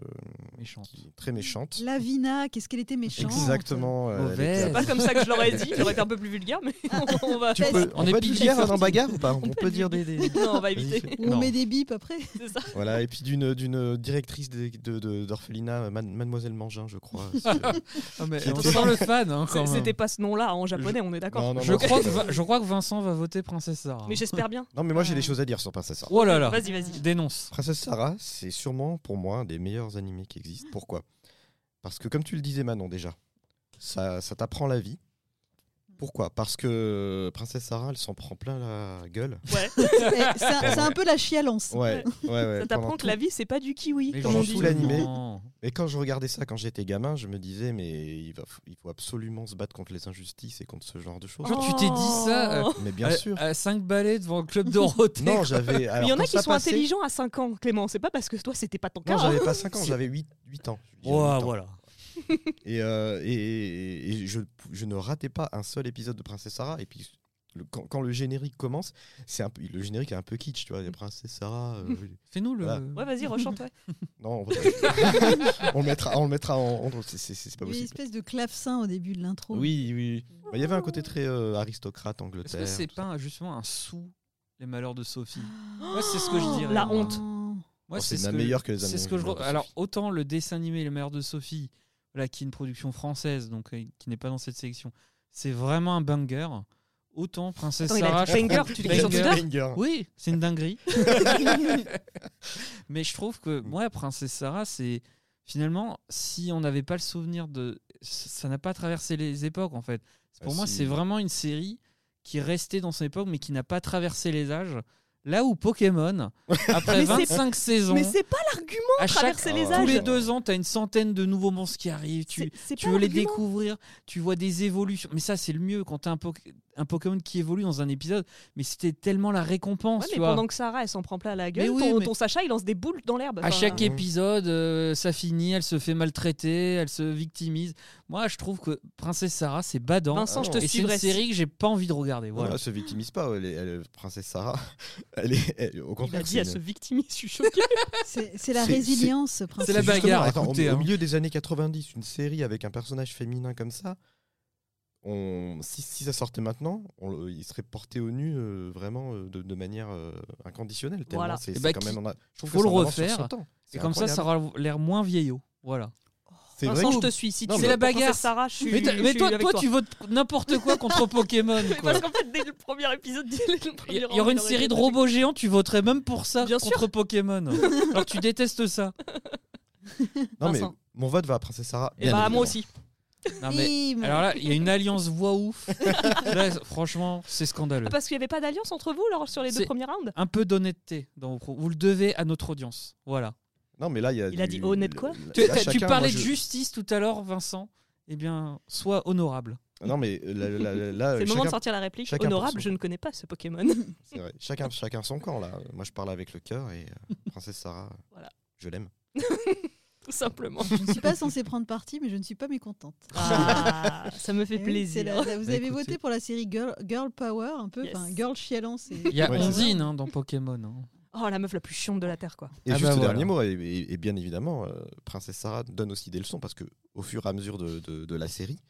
Speaker 5: Méchante.
Speaker 9: qui- très méchantes.
Speaker 1: euh, Lavina, qu'est-ce qu'elle était méchante.
Speaker 9: Exactement. euh, elle était
Speaker 5: Mauvaise.
Speaker 6: C'est pas comme ça que je l'aurais dit, j'aurais été un peu plus vulgaire, mais on, on va.
Speaker 9: Tu peux,
Speaker 5: On
Speaker 9: on,
Speaker 5: est
Speaker 9: va
Speaker 5: pitié
Speaker 9: tout dire
Speaker 5: sorti.
Speaker 9: en bagarre ou pas On,
Speaker 6: peut
Speaker 9: peut
Speaker 6: le
Speaker 9: dire des. des-
Speaker 6: Non, on va éviter.
Speaker 9: Vas-y, fais.
Speaker 1: Ou on
Speaker 5: Non.
Speaker 1: met des bips après. Eh,
Speaker 6: C'est ça.
Speaker 9: Voilà, et puis d'une d'une directrice de- de- de- d'orphelinat, de, Mademoiselle Mangin, je crois. C'est-
Speaker 5: Ah, mais
Speaker 9: Qui
Speaker 5: on
Speaker 9: était-
Speaker 5: sent le fan, hein, quand
Speaker 6: C'est-
Speaker 5: même.
Speaker 6: C'était pas ce nom-là en japonais, on est d'accord.
Speaker 9: Non, non,
Speaker 5: Je
Speaker 9: non,
Speaker 5: crois,
Speaker 9: c'est-
Speaker 5: que, Vin- je crois que Vincent va voter Princesse Sarah.
Speaker 6: Mais j'espère bien.
Speaker 9: Non, mais moi j'ai des choses à dire sur Princesse Sarah.
Speaker 5: Oh là là,
Speaker 6: Vas-y, vas-y.
Speaker 5: dénonce.
Speaker 9: Princesse Sarah, c'est sûrement pour moi un des meilleurs animés qui existent. Pourquoi Parce que comme tu le disais Manon déjà, ça, ça t'apprend la vie. Pourquoi Parce que Princesse Sarah, elle s'en prend plein la gueule.
Speaker 1: Eh, C'est un, c'est un peu la chialance.
Speaker 9: Ouais, ouais, ouais.
Speaker 6: Ça t'apprend
Speaker 9: pendant
Speaker 6: que la
Speaker 9: tout-
Speaker 6: vie, c'est pas du kiwi,
Speaker 5: Mais
Speaker 6: comme on
Speaker 9: j'en
Speaker 6: dit.
Speaker 9: fous l'animé.
Speaker 5: justement.
Speaker 9: Et quand je regardais ça quand j'étais gamin, je me disais mais il, va, il faut absolument se battre contre les injustices et contre ce genre de choses.
Speaker 5: Genre, tu t'es dit ça,
Speaker 6: Oh.
Speaker 5: euh,
Speaker 9: Mais bien
Speaker 5: à-
Speaker 9: sûr.
Speaker 5: À 5 balais devant le club Dorothée.
Speaker 9: Non, j'avais.
Speaker 6: Mais
Speaker 9: alors,
Speaker 6: il y en a
Speaker 9: quand
Speaker 6: qui
Speaker 9: ça
Speaker 6: sont
Speaker 9: passait-
Speaker 6: intelligents à 5 ans, Clément. C'est pas parce que toi, c'était pas ton cas.
Speaker 9: Non,
Speaker 6: hein.
Speaker 9: j'avais pas 5 ans,
Speaker 5: C'est-
Speaker 9: j'avais 8, 8 ans. Je disais
Speaker 5: Ouais,
Speaker 9: 8 ans.
Speaker 5: voilà.
Speaker 9: Et, euh, et- et- et je, je ne ratais pas un seul épisode de Princesse Sarah. Et puis, le- quand, quand le générique commence, c'est un peu, le générique est un peu kitsch, tu vois. il y
Speaker 6: Mm.
Speaker 9: a Princesse Sarah. euh,
Speaker 5: Fais-nous le.
Speaker 9: Voilà.
Speaker 6: Ouais, vas-y, rechante. ouais.
Speaker 9: non, on, on le mettra, on le mettra en. en- c'est- c'est c'est pas
Speaker 1: Il y a une
Speaker 9: possible.
Speaker 1: espèce de clavecin au début de l'intro.
Speaker 9: Oui, oui.
Speaker 6: Mm.
Speaker 9: Bah, Il y avait un côté très euh, aristocrate
Speaker 5: Est-ce
Speaker 9: Angleterre.
Speaker 5: que c'est
Speaker 9: tout ça.
Speaker 5: pas un- justement un sou les malheurs de Sophie Moi, c'est ce que je dirais.
Speaker 6: Oh La
Speaker 5: moi.
Speaker 6: honte.
Speaker 5: Moi,
Speaker 9: Oh, c'est
Speaker 5: ce
Speaker 9: bien meilleur que les
Speaker 5: C'est ce que je.
Speaker 9: Amoureux de
Speaker 5: Alors,
Speaker 9: Sophie.
Speaker 5: autant le dessin animé Les Mères de Sophie, voilà, qui est une production française, donc euh, qui n'est pas dans cette sélection, c'est vraiment un banger. autant Princesse
Speaker 6: Attends, il a
Speaker 5: Sarah.
Speaker 6: dit
Speaker 5: je
Speaker 6: Banger,
Speaker 5: trouve-
Speaker 6: tu l'as dit sur
Speaker 5: Banger.
Speaker 6: Twitter
Speaker 9: Banger.
Speaker 5: Oui, c'est une dinguerie. Mais je trouve que moi, Princesse Sarah, c'est finalement, si on n'avait pas le souvenir de. Ça n'a pas traversé les époques, en fait. Pour
Speaker 6: Bah,
Speaker 9: Ah,
Speaker 5: moi,
Speaker 9: si.
Speaker 5: c'est vraiment une série qui est restée dans son époque, mais qui n'a pas traversé les âges. Là où Pokémon, après
Speaker 6: Mais c'est-
Speaker 5: 25 saisons,
Speaker 6: Mais c'est pas l'argument,
Speaker 5: à chaque,
Speaker 6: traverser les
Speaker 9: Ah,
Speaker 5: tous
Speaker 6: âges.
Speaker 5: les deux ans, tu as une centaine de nouveaux monstres qui arrivent. Tu,
Speaker 6: C'est- c'est
Speaker 5: tu
Speaker 6: pas
Speaker 5: veux les
Speaker 6: l'argument.
Speaker 5: découvrir, tu vois des évolutions. Mais ça, c'est le mieux quand tu as un, Poké- un Pokémon qui évolue dans un épisode. Mais c'était tellement la récompense.
Speaker 6: Ouais,
Speaker 5: tu
Speaker 6: mais
Speaker 5: vois.
Speaker 6: pendant que Sarah, elle s'en prend plein la gueule,
Speaker 5: Mais oui,
Speaker 6: ton,
Speaker 5: mais-
Speaker 6: ton Sacha, il lance des boules dans l'herbe.
Speaker 5: À
Speaker 6: Enfin,
Speaker 5: chaque
Speaker 9: euh,
Speaker 5: épisode, euh, ça finit, elle se fait maltraiter, elle se victimise. Moi, je trouve que Princesse Sarah, c'est badant.
Speaker 6: Vincent, je te
Speaker 5: et c'est une
Speaker 6: suivrai.
Speaker 5: série que j'ai pas envie de regarder.
Speaker 9: Voilà,
Speaker 5: Voilà.
Speaker 9: Ah, elle se victimise pas, elle est, elle est- princesse Sarah. Elle est, elle- au
Speaker 6: Il a
Speaker 9: contraire.
Speaker 6: dit,
Speaker 9: c'est
Speaker 6: elle
Speaker 9: une-
Speaker 6: se victimise, je suis choquée.
Speaker 1: C'est c'est la
Speaker 9: C'est-
Speaker 1: résilience,
Speaker 5: C'est
Speaker 1: principe.
Speaker 5: la
Speaker 9: justement-
Speaker 5: bagarre,
Speaker 9: attends, au-
Speaker 5: écoutez,
Speaker 9: au,
Speaker 5: hein.
Speaker 9: milieu des années 90, une série avec un personnage féminin comme ça, on, si, si ça sortait maintenant, on le- il serait porté au nu euh, vraiment euh, de, de manière euh, inconditionnelle. Tellement
Speaker 6: Voilà.
Speaker 9: c'est
Speaker 5: Eh
Speaker 9: c'est
Speaker 5: bah,
Speaker 9: quand
Speaker 5: qui-
Speaker 9: même. en a- je trouve
Speaker 5: faut
Speaker 9: que
Speaker 5: le
Speaker 9: c'est en avance sur
Speaker 5: refaire.
Speaker 9: son temps.
Speaker 5: Et
Speaker 9: C'est
Speaker 5: comme ça,
Speaker 9: incroyable.
Speaker 5: ça aura l'air moins vieillot. Voilà.
Speaker 9: C'est vrai
Speaker 6: Vincent,
Speaker 9: que-
Speaker 6: je te suis. Si
Speaker 9: Non,
Speaker 6: tu
Speaker 9: mais-
Speaker 6: veux pas Bagarre. Sarah, je suis,
Speaker 5: Mais, t'as-
Speaker 6: je
Speaker 5: mais
Speaker 6: suis
Speaker 5: toi,
Speaker 6: avec
Speaker 5: toi, tu votes n'importe quoi contre Pokémon.
Speaker 6: Mais
Speaker 5: quoi.
Speaker 6: Parce qu'en fait, dès le premier épisode, dès le premier
Speaker 5: Il y- il y
Speaker 6: rang,
Speaker 5: aura une
Speaker 6: aurait
Speaker 5: série de
Speaker 6: été-
Speaker 5: robots géants, tu voterais même pour ça
Speaker 6: Bien
Speaker 5: contre Pokémon. Alors tu détestes ça.
Speaker 9: non, mais
Speaker 6: Vincent.
Speaker 9: mon vote va à Princesse Sarah.
Speaker 6: Et bah, moi
Speaker 9: évidemment.
Speaker 6: aussi.
Speaker 5: Non, hein, mais-
Speaker 1: Bim.
Speaker 5: Alors là, il y a une alliance voix ouf. Là, franchement, c'est scandaleux.
Speaker 6: Ah, parce qu'il n'y avait pas d'alliance entre vous alors, sur les
Speaker 5: C'est-
Speaker 6: deux premiers rounds
Speaker 5: Un peu d'honnêteté dans vos pro- Vous le devez à notre audience. Voilà.
Speaker 9: Non, mais là, il y a.
Speaker 6: Il a
Speaker 9: du-
Speaker 6: dit honnête quoi
Speaker 9: là,
Speaker 5: Tu, t'as-
Speaker 9: chacun,
Speaker 5: tu
Speaker 9: moi,
Speaker 5: parlais
Speaker 9: je-
Speaker 5: de justice tout à l'heure, Vincent. Eh bien, sois honorable.
Speaker 9: Non, mais là, là, là,
Speaker 5: Ah
Speaker 9: là,
Speaker 6: C'est le moment
Speaker 9: chacun,
Speaker 6: de sortir la réplique.
Speaker 9: chacun pour
Speaker 6: Honorable,
Speaker 9: son-
Speaker 6: je ne connais pas ce Pokémon.
Speaker 9: c'est vrai, chacun, chacun son camp là. Moi, je parle avec le cœur et euh, Princesse Sarah,
Speaker 6: Voilà.
Speaker 9: je l'aime.
Speaker 6: Tout simplement.
Speaker 1: Je ne suis pas censée prendre parti, mais je ne suis pas mécontente.
Speaker 6: Ah, ça me fait
Speaker 1: Eh oui, c'est
Speaker 6: plaisir.
Speaker 1: la- vous avez
Speaker 5: Écoutez.
Speaker 1: voté pour la série Girl, Girl Power, un peu,
Speaker 6: Yes.
Speaker 1: enfin Girl Chialant. c'est-
Speaker 5: Il y a
Speaker 9: Ouais, c'est
Speaker 5: Ondine hein, dans Pokémon. hein.
Speaker 6: Oh, la meuf la plus chiante de la Terre, quoi.
Speaker 9: Et
Speaker 5: Ah
Speaker 9: juste
Speaker 5: bah
Speaker 9: le
Speaker 5: voilà.
Speaker 9: dernier mot, et, et- et bien évidemment, euh, Princesse Sarah donne aussi des leçons parce que au fur et à mesure de, de- de la série,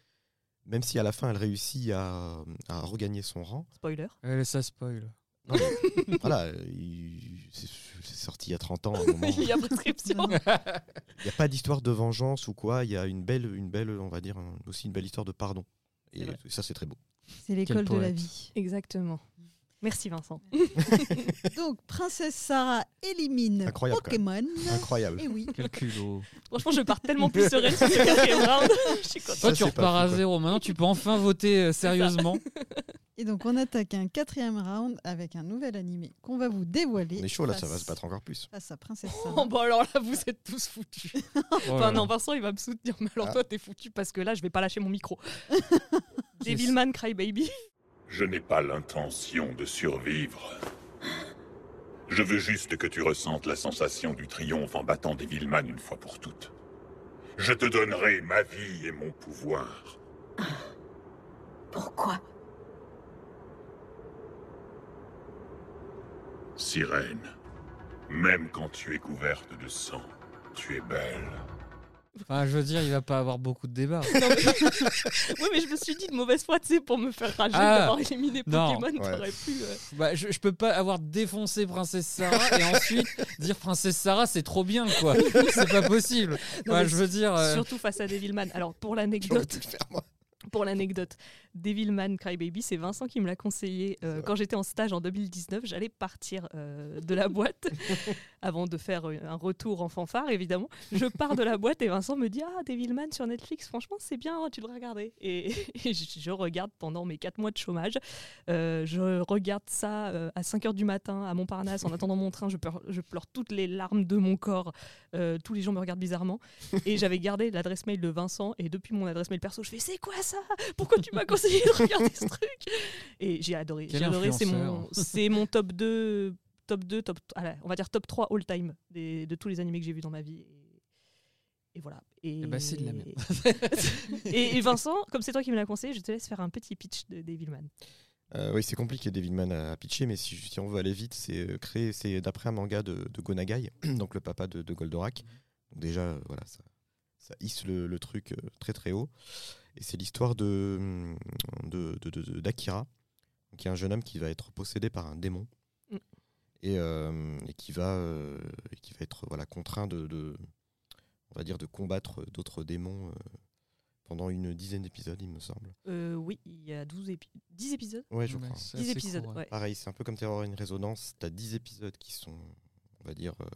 Speaker 9: même si à la fin elle réussit à, à regagner son rang,
Speaker 6: Spoiler.
Speaker 5: Eh, ça spoil.
Speaker 9: non, mais, voilà, euh, il- c'est c'est sorti il y a 30 ans, à un moment.
Speaker 6: Il y a prescription.
Speaker 9: il n'y a pas d'histoire de vengeance ou quoi, il y a une belle, une belle, on va dire, un- aussi une belle histoire de pardon. Et
Speaker 6: C'est vrai.
Speaker 9: ça, c'est très beau.
Speaker 1: C'est l'école de la
Speaker 5: poète.
Speaker 1: vie.
Speaker 6: Exactement. Merci Vincent.
Speaker 1: Donc, Princesse Sarah élimine
Speaker 9: Incroyable, quand
Speaker 1: Pokémon.
Speaker 9: Incroyable.
Speaker 1: Et oui,
Speaker 5: Quel culot.
Speaker 6: Franchement, je pars tellement plus sereine sur ce quatrième round. Je suis contente.
Speaker 5: Toi,
Speaker 9: Ça,
Speaker 5: tu
Speaker 9: c'est pas
Speaker 5: repars à
Speaker 9: fou, quoi.
Speaker 5: zéro. Maintenant, tu peux enfin voter euh, sérieusement.
Speaker 1: Et donc on attaque un quatrième round avec un nouvel animé qu'on va vous dévoiler.
Speaker 9: On est chaud là,
Speaker 1: face-
Speaker 9: ça va se battre encore plus.
Speaker 1: Face à Princesse
Speaker 6: Oh,
Speaker 1: Sarah.
Speaker 6: bah alors là, vous êtes tous foutus.
Speaker 5: Oh là
Speaker 6: Enfin,
Speaker 5: là.
Speaker 6: non, Vincent, il va me soutenir, mais alors
Speaker 9: Ah.
Speaker 6: toi, t'es foutu parce que là, je vais pas lâcher mon micro.
Speaker 5: C'est-
Speaker 6: Devilman Crybaby.
Speaker 2: Je n'ai pas l'intention de survivre. Je veux juste que tu ressentes la sensation du triomphe en battant des Villeman une fois pour toutes. Je te donnerai ma vie et mon pouvoir.
Speaker 3: Pourquoi
Speaker 2: Sirène, même quand tu es couverte de sang, tu es belle.
Speaker 5: Enfin, je veux dire, il va pas avoir beaucoup de débats.
Speaker 6: Oui, mais je me suis dit de mauvaise foi, tu sais, pour me faire rager
Speaker 5: Ah.
Speaker 6: d'avoir éliminé
Speaker 5: Non.
Speaker 6: Pokémon,
Speaker 9: Ouais.
Speaker 6: t'aurais pu. euh,
Speaker 5: Bah, je, je peux pas avoir défoncé Princesse Sarah et ensuite dire Princesse Sarah, c'est trop bien, quoi. C'est pas possible.
Speaker 6: Non,
Speaker 5: Ouais,
Speaker 6: mais
Speaker 5: je veux dire. euh,
Speaker 6: Surtout face à Devilman. Alors, pour
Speaker 9: J'aurais
Speaker 6: l'anecdote,
Speaker 9: pu le faire, moi.
Speaker 6: pour l'anecdote, Devilman Crybaby, c'est Vincent qui me l'a conseillé euh,
Speaker 9: C'est vrai.
Speaker 6: quand j'étais en stage en 2019. J'allais partir euh, de la boîte avant de faire euh, un retour en fanfare, évidemment. Je pars de la boîte et Vincent me dit Ah, Devilman sur Netflix, franchement, c'est bien, tu devrais regarder. Et, et je, je regarde pendant mes 4 mois de chômage. Euh, je regarde ça euh, à 5 h du matin à Montparnasse en attendant mon train. Je pleure, je pleure toutes les larmes de mon corps. Euh, tous les gens me regardent bizarrement. Et j'avais gardé l'adresse mail de Vincent. Et depuis mon adresse mail perso, je fais C'est quoi ça pourquoi tu m'as conseillé de regarder ce truc Et j'ai adoré.
Speaker 5: Quel
Speaker 6: J'ai adoré, c'est mon,
Speaker 5: influenceur.
Speaker 6: c'est mon top 2, top 2, top, ah là, on va dire top 3 all time des- de tous les animés que j'ai vus dans ma vie. Et, et voilà. Et,
Speaker 5: Eh ben, c'est de la merde.
Speaker 6: et, et Vincent, comme c'est toi qui me l'as conseillé, je te laisse faire un petit pitch de Devilman.
Speaker 9: Euh, oui, c'est compliqué Devilman à, à pitcher, mais si, si on veut aller vite, c'est euh, créé, c'est d'après un manga de, de Gonagai, donc le papa de, de Goldorak. Donc déjà, euh, voilà, ça, ça hisse le, le truc euh, très très haut. Et c'est l'histoire de hum, de- de- de- de- d'Akira, qui est un jeune homme qui va être possédé par un démon
Speaker 6: Mm.
Speaker 9: et, euh, et qui va euh, et qui va être voilà contraint de, de- on va dire de combattre d'autres démons euh, pendant une dizaine d'épisodes, il me semble.
Speaker 6: Euh, oui, il y a 12 épi- 10 épisodes
Speaker 9: Ouais, je
Speaker 5: Ouais,
Speaker 9: crois.
Speaker 5: c'est
Speaker 6: 10
Speaker 5: assez
Speaker 6: épisodes,
Speaker 5: court, hein. ouais.
Speaker 6: ouais.
Speaker 9: Pareil, c'est un peu comme Terror et une résonance. T'as 10 épisodes qui sont, on va dire, euh,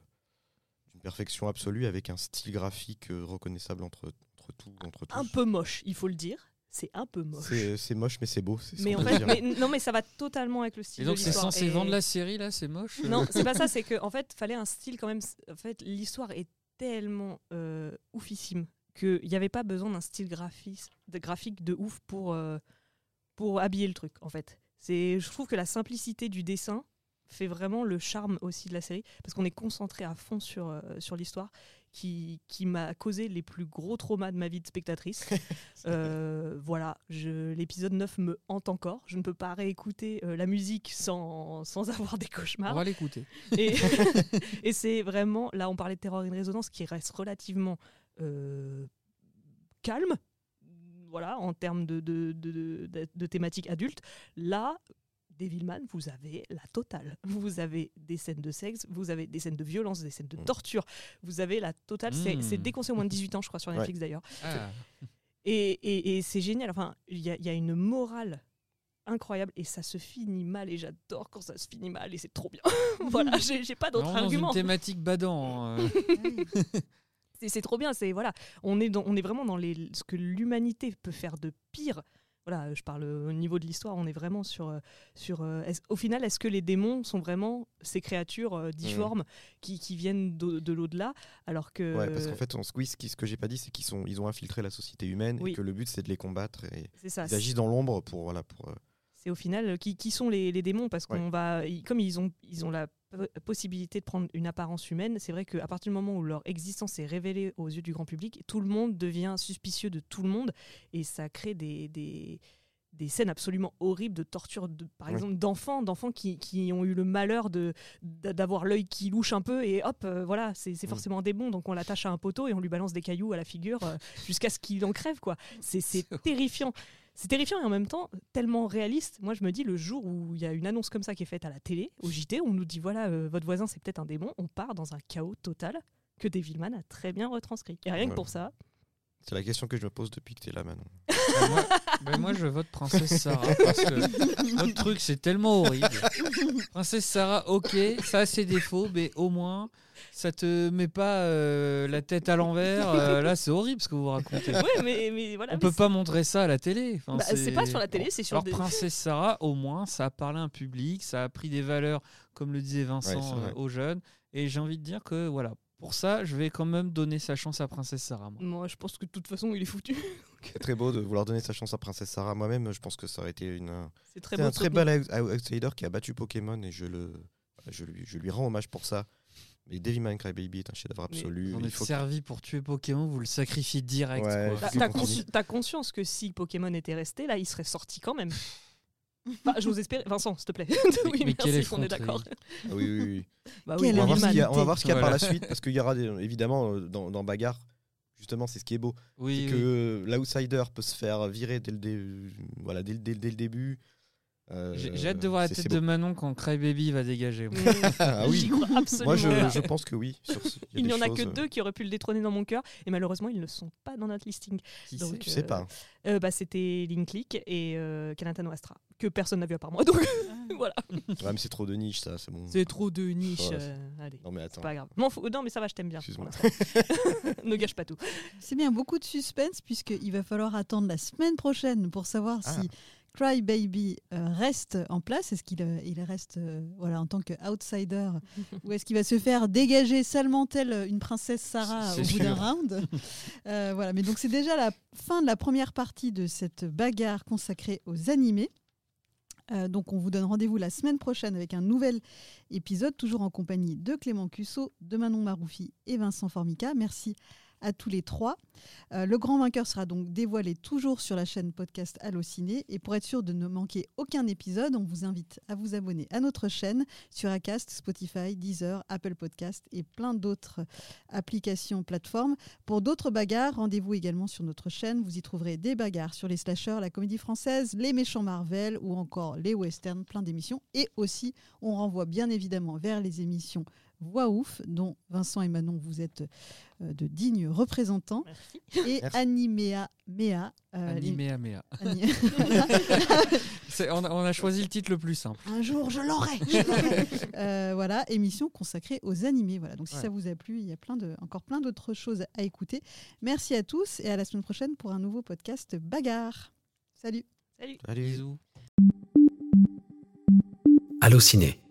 Speaker 9: d'une perfection absolue avec un style graphique euh, reconnaissable entre, entre tout, entre
Speaker 5: Ah,
Speaker 9: tous.
Speaker 6: Un peu moche, il faut le dire. C'est un peu moche.
Speaker 9: C'est euh, c'est moche, mais c'est beau. c'est ce
Speaker 6: Mais
Speaker 9: qu'on
Speaker 6: en
Speaker 9: peut
Speaker 6: fait,
Speaker 9: dire.
Speaker 6: mais- non, mais ça va totalement avec le style.
Speaker 5: Et donc
Speaker 6: de
Speaker 5: c'est
Speaker 6: l'histoire.
Speaker 5: censé
Speaker 6: Et-
Speaker 5: vendre la série là, c'est moche. euh.
Speaker 6: Non, c'est pas ça, c'est que en fait, fallait un style quand même. En fait, l'histoire est tellement euh, oufissime qu'il n'y avait pas besoin d'un style graphique de, graphique de ouf pour, euh, pour habiller le truc, en fait. C'est, je trouve que la simplicité du dessin fait vraiment le charme aussi de la série, parce qu'on est concentré à fond sur, euh, sur l'histoire qui, qui m'a causé les plus gros traumas de ma vie de spectatrice. Euh, voilà, je- l'épisode 9 me hante encore. Je ne peux pas réécouter euh, la musique sans, sans avoir des cauchemars.
Speaker 5: On va l'écouter. Ah,
Speaker 6: Et, et c'est vraiment, là on parlait de Terror in Résonance qui reste relativement euh, calme, voilà, en termes de, de, de, de- de- de thématiques adultes. Là, Devilman, vous avez la totale. Vous avez des scènes de sexe, vous avez des scènes de violence, des scènes de
Speaker 9: Mm.
Speaker 6: torture. Vous avez la totale. C'est-
Speaker 5: Mm.
Speaker 6: C'est déconseillé au moins de 18 ans, je crois, sur
Speaker 9: Ouais.
Speaker 6: Netflix d'ailleurs.
Speaker 5: Ah,
Speaker 6: Et, et- et c'est génial. Enfin, il y a, il y a une morale incroyable et ça se finit mal et j'adore quand ça se finit mal et c'est trop bien. voilà, j'ai j'ai pas d'autres
Speaker 5: vraiment dans une
Speaker 6: arguments.
Speaker 5: thématique badant. euh.
Speaker 6: C'est c'est trop bien. C'est voilà, on est dans- on est vraiment dans les ce que l'humanité peut faire de pire. Voilà, je parle au niveau de l'histoire. On est vraiment sur euh, sur. euh, est-ce- au final, est-ce que les démons sont vraiment ces créatures euh,
Speaker 9: Mmh.
Speaker 6: difformes qui, qui viennent d'au- de, l'au-delà, alors que
Speaker 9: Ouais, parce qu'en fait, en Squeeze, ce qui- ce que j'ai pas dit, c'est qu'ils sont, ils ont infiltré la société humaine
Speaker 6: Oui. Ah,
Speaker 9: et que le but, c'est de les combattre et
Speaker 6: c'est ça.
Speaker 9: ils agissent dans l'ombre pour voilà pour. euh,
Speaker 6: C'est au final euh, qui, qui sont les, les démons parce qu'on va ils- comme ils ont ils ont la po- possibilité de prendre une apparence humaine. C'est vrai qu'à partir du moment où leur existence est révélée aux yeux du grand public, tout le monde devient suspicieux de tout le monde et ça crée des des, des scènes absolument horribles de torture, de, par
Speaker 9: Oui.
Speaker 6: exemple d'enfants, d'enfants qui, qui ont eu le malheur de d'a- d'avoir l'œil qui louche un peu et hop euh, voilà c'est c'est
Speaker 9: Mm.
Speaker 6: forcément un démon donc on l'attache à un poteau et on lui balance des cailloux à la figure euh, jusqu'à ce qu'il en crève quoi. C'est c'est terrifiant. C'est terrifiant et en même temps tellement réaliste. Moi, je me dis, le jour où il y a une annonce comme ça qui est faite à la télé, au JT, on nous dit voilà, euh, votre voisin, c'est peut-être un démon, on part dans un chaos total que Devilman a très bien retranscrit. Et rien que
Speaker 9: Ouais.
Speaker 6: pour ça,
Speaker 9: C'est la question que je me pose depuis que t'es là, Manon.
Speaker 5: Bah, moi, bah, moi, je vote Princesse Sarah parce que votre truc c'est tellement horrible. Princesse Sarah, ok, ça a ses défauts, mais au moins ça te met pas euh, la tête à l'envers. Euh, là, c'est horrible ce que vous racontez.
Speaker 6: ouais, mais, mais voilà.
Speaker 5: On
Speaker 6: mais
Speaker 5: peut
Speaker 6: c'est-
Speaker 5: pas montrer ça à la télé. Enfin,
Speaker 6: Bah, c'est pas sur la télé, c'est sur
Speaker 5: Alors,
Speaker 6: des-
Speaker 5: Princesse Sarah, au moins, ça a parlé à un public, ça a pris des valeurs, comme le disait
Speaker 9: Ouais, c'est
Speaker 5: Vincent,
Speaker 9: vrai.
Speaker 5: euh, aux jeunes. Et j'ai envie de dire que, voilà, pour ça, je vais quand même donner sa chance à Princesse Sarah. moi.
Speaker 6: Moi, je pense que de toute façon, il est foutu.
Speaker 9: C'est très beau de vouloir donner sa chance à Princesse Sarah. Moi-même, je pense que ça aurait été une, un-
Speaker 6: C'est très
Speaker 9: c'était
Speaker 6: beau.
Speaker 9: un
Speaker 6: de
Speaker 9: très
Speaker 6: soutenir.
Speaker 9: bel out- outsider qui a battu Pokémon et je le, je lui, je lui rends hommage pour ça. Mais Devilman Crybaby est un chef-d'œuvre
Speaker 6: Mais-
Speaker 9: absolu.
Speaker 5: Vous en
Speaker 9: Il
Speaker 5: êtes
Speaker 9: faut-
Speaker 5: servi pour tuer Pokémon, vous le sacrifiez direct.
Speaker 9: Ouais,
Speaker 5: quoi.
Speaker 9: je
Speaker 6: T'as-
Speaker 9: suis
Speaker 6: T'as
Speaker 9: content.
Speaker 6: consci- t'as conscience que si Pokémon était resté, là, il serait sorti quand même. Enfin, je vous espère. Vincent, s'il te plaît. oui,
Speaker 5: mais quelle
Speaker 6: merci, on est
Speaker 5: effronterie.
Speaker 6: d'accord.
Speaker 9: Ah oui, oui, oui.
Speaker 6: Bah
Speaker 1: Quelle
Speaker 9: On va voir ce
Speaker 1: Devilman.
Speaker 9: qu'il y a, on va voir ce qu'il y a par
Speaker 5: Voilà.
Speaker 9: la suite parce qu'il y aura des- évidemment euh, dans, dans Bagarre. Justement, c'est ce qui est beau.
Speaker 5: Oui,
Speaker 9: c'est
Speaker 5: oui.
Speaker 9: que euh, l'outsider peut se faire virer dès le, dé- euh, voilà, dès, le- dès le- dès le début. Euh,
Speaker 5: J'ai j'ai hâte de voir la
Speaker 9: c'est-
Speaker 5: tête
Speaker 9: c'est
Speaker 5: de
Speaker 9: beau.
Speaker 5: Manon quand Crybaby va dégager. moi.
Speaker 9: Ah oui.
Speaker 6: J'y crois absolument
Speaker 9: Moi, je,
Speaker 6: pas.
Speaker 9: je pense que oui. sur ce-
Speaker 6: Il
Speaker 9: des
Speaker 6: n'y en a que
Speaker 9: choses, euh,
Speaker 6: deux qui auraient pu le détrôner dans mon cœur, et malheureusement, ils ne sont pas dans notre listing.
Speaker 5: Qui
Speaker 6: Donc,
Speaker 9: Tu sais
Speaker 6: euh,
Speaker 9: pas.
Speaker 6: euh, bah, C'était Linklick et euh, Kanatano Astra, que personne n'a vu à part moi. Donc euh, voilà.
Speaker 9: Ouais, mais c'est trop de niche, ça. C'est bon.
Speaker 6: C'est trop de niche.
Speaker 9: Ouais.
Speaker 6: euh, allez,
Speaker 9: Non, mais
Speaker 6: c'est
Speaker 9: attends.
Speaker 6: pas grave. M'en fous- Non, mais ça va, je t'aime bien. pour
Speaker 9: Excuse-moi.
Speaker 6: l'instant. ne gâche pas tout.
Speaker 1: C'est bien, beaucoup de suspense, puisqu'il va falloir attendre la semaine prochaine pour savoir
Speaker 9: Ah.
Speaker 1: si Cry Baby euh, reste en place. Est-ce qu'il euh, il reste euh, voilà, en tant qu'outsider ou est-ce qu'il va se faire dégager salement telle euh, une princesse Sarah
Speaker 5: C'est
Speaker 1: au bout d'un
Speaker 5: sûr.
Speaker 1: round Euh, Voilà, mais donc c'est déjà la fin de la première partie de cette bagarre consacrée aux animés. Euh, donc on vous donne rendez-vous la semaine prochaine avec un nouvel épisode, toujours en compagnie de Clément Cusso, de Manon Maroufi et Vincent Formica. Merci à tous les trois. Euh, le grand vainqueur sera donc dévoilé toujours sur la chaîne podcast Allociné. Et pour être sûr de ne manquer aucun épisode, on vous invite à vous abonner à notre chaîne sur Acast, Spotify, Deezer, Apple Podcast et plein d'autres applications, plateformes. Pour d'autres bagarres, rendez-vous également sur notre chaîne. Vous y trouverez des bagarres sur les slashers, la comédie française, les méchants Marvel ou encore les westerns, plein d'émissions. Et aussi, on renvoie bien évidemment vers les émissions voix off, dont Vincent et Manon, vous êtes euh, de dignes représentants,
Speaker 6: Merci.
Speaker 1: et
Speaker 9: Merci.
Speaker 1: Animea Mea. euh, les-
Speaker 5: Animé à Méa.
Speaker 1: Ani-
Speaker 5: C'est- On a, on a choisi le titre le plus simple.
Speaker 1: Un jour, je l'aurai. je l'aurai. Euh, voilà, émission consacrée aux animés. Voilà. Donc si
Speaker 5: Ouais.
Speaker 1: ça vous a plu, il y a plein de, encore plein d'autres choses à écouter. Merci à tous et à la semaine prochaine pour un nouveau podcast Bagarre. Salut.
Speaker 6: Salut.
Speaker 9: Allez.
Speaker 5: Bisous.
Speaker 4: Allociné.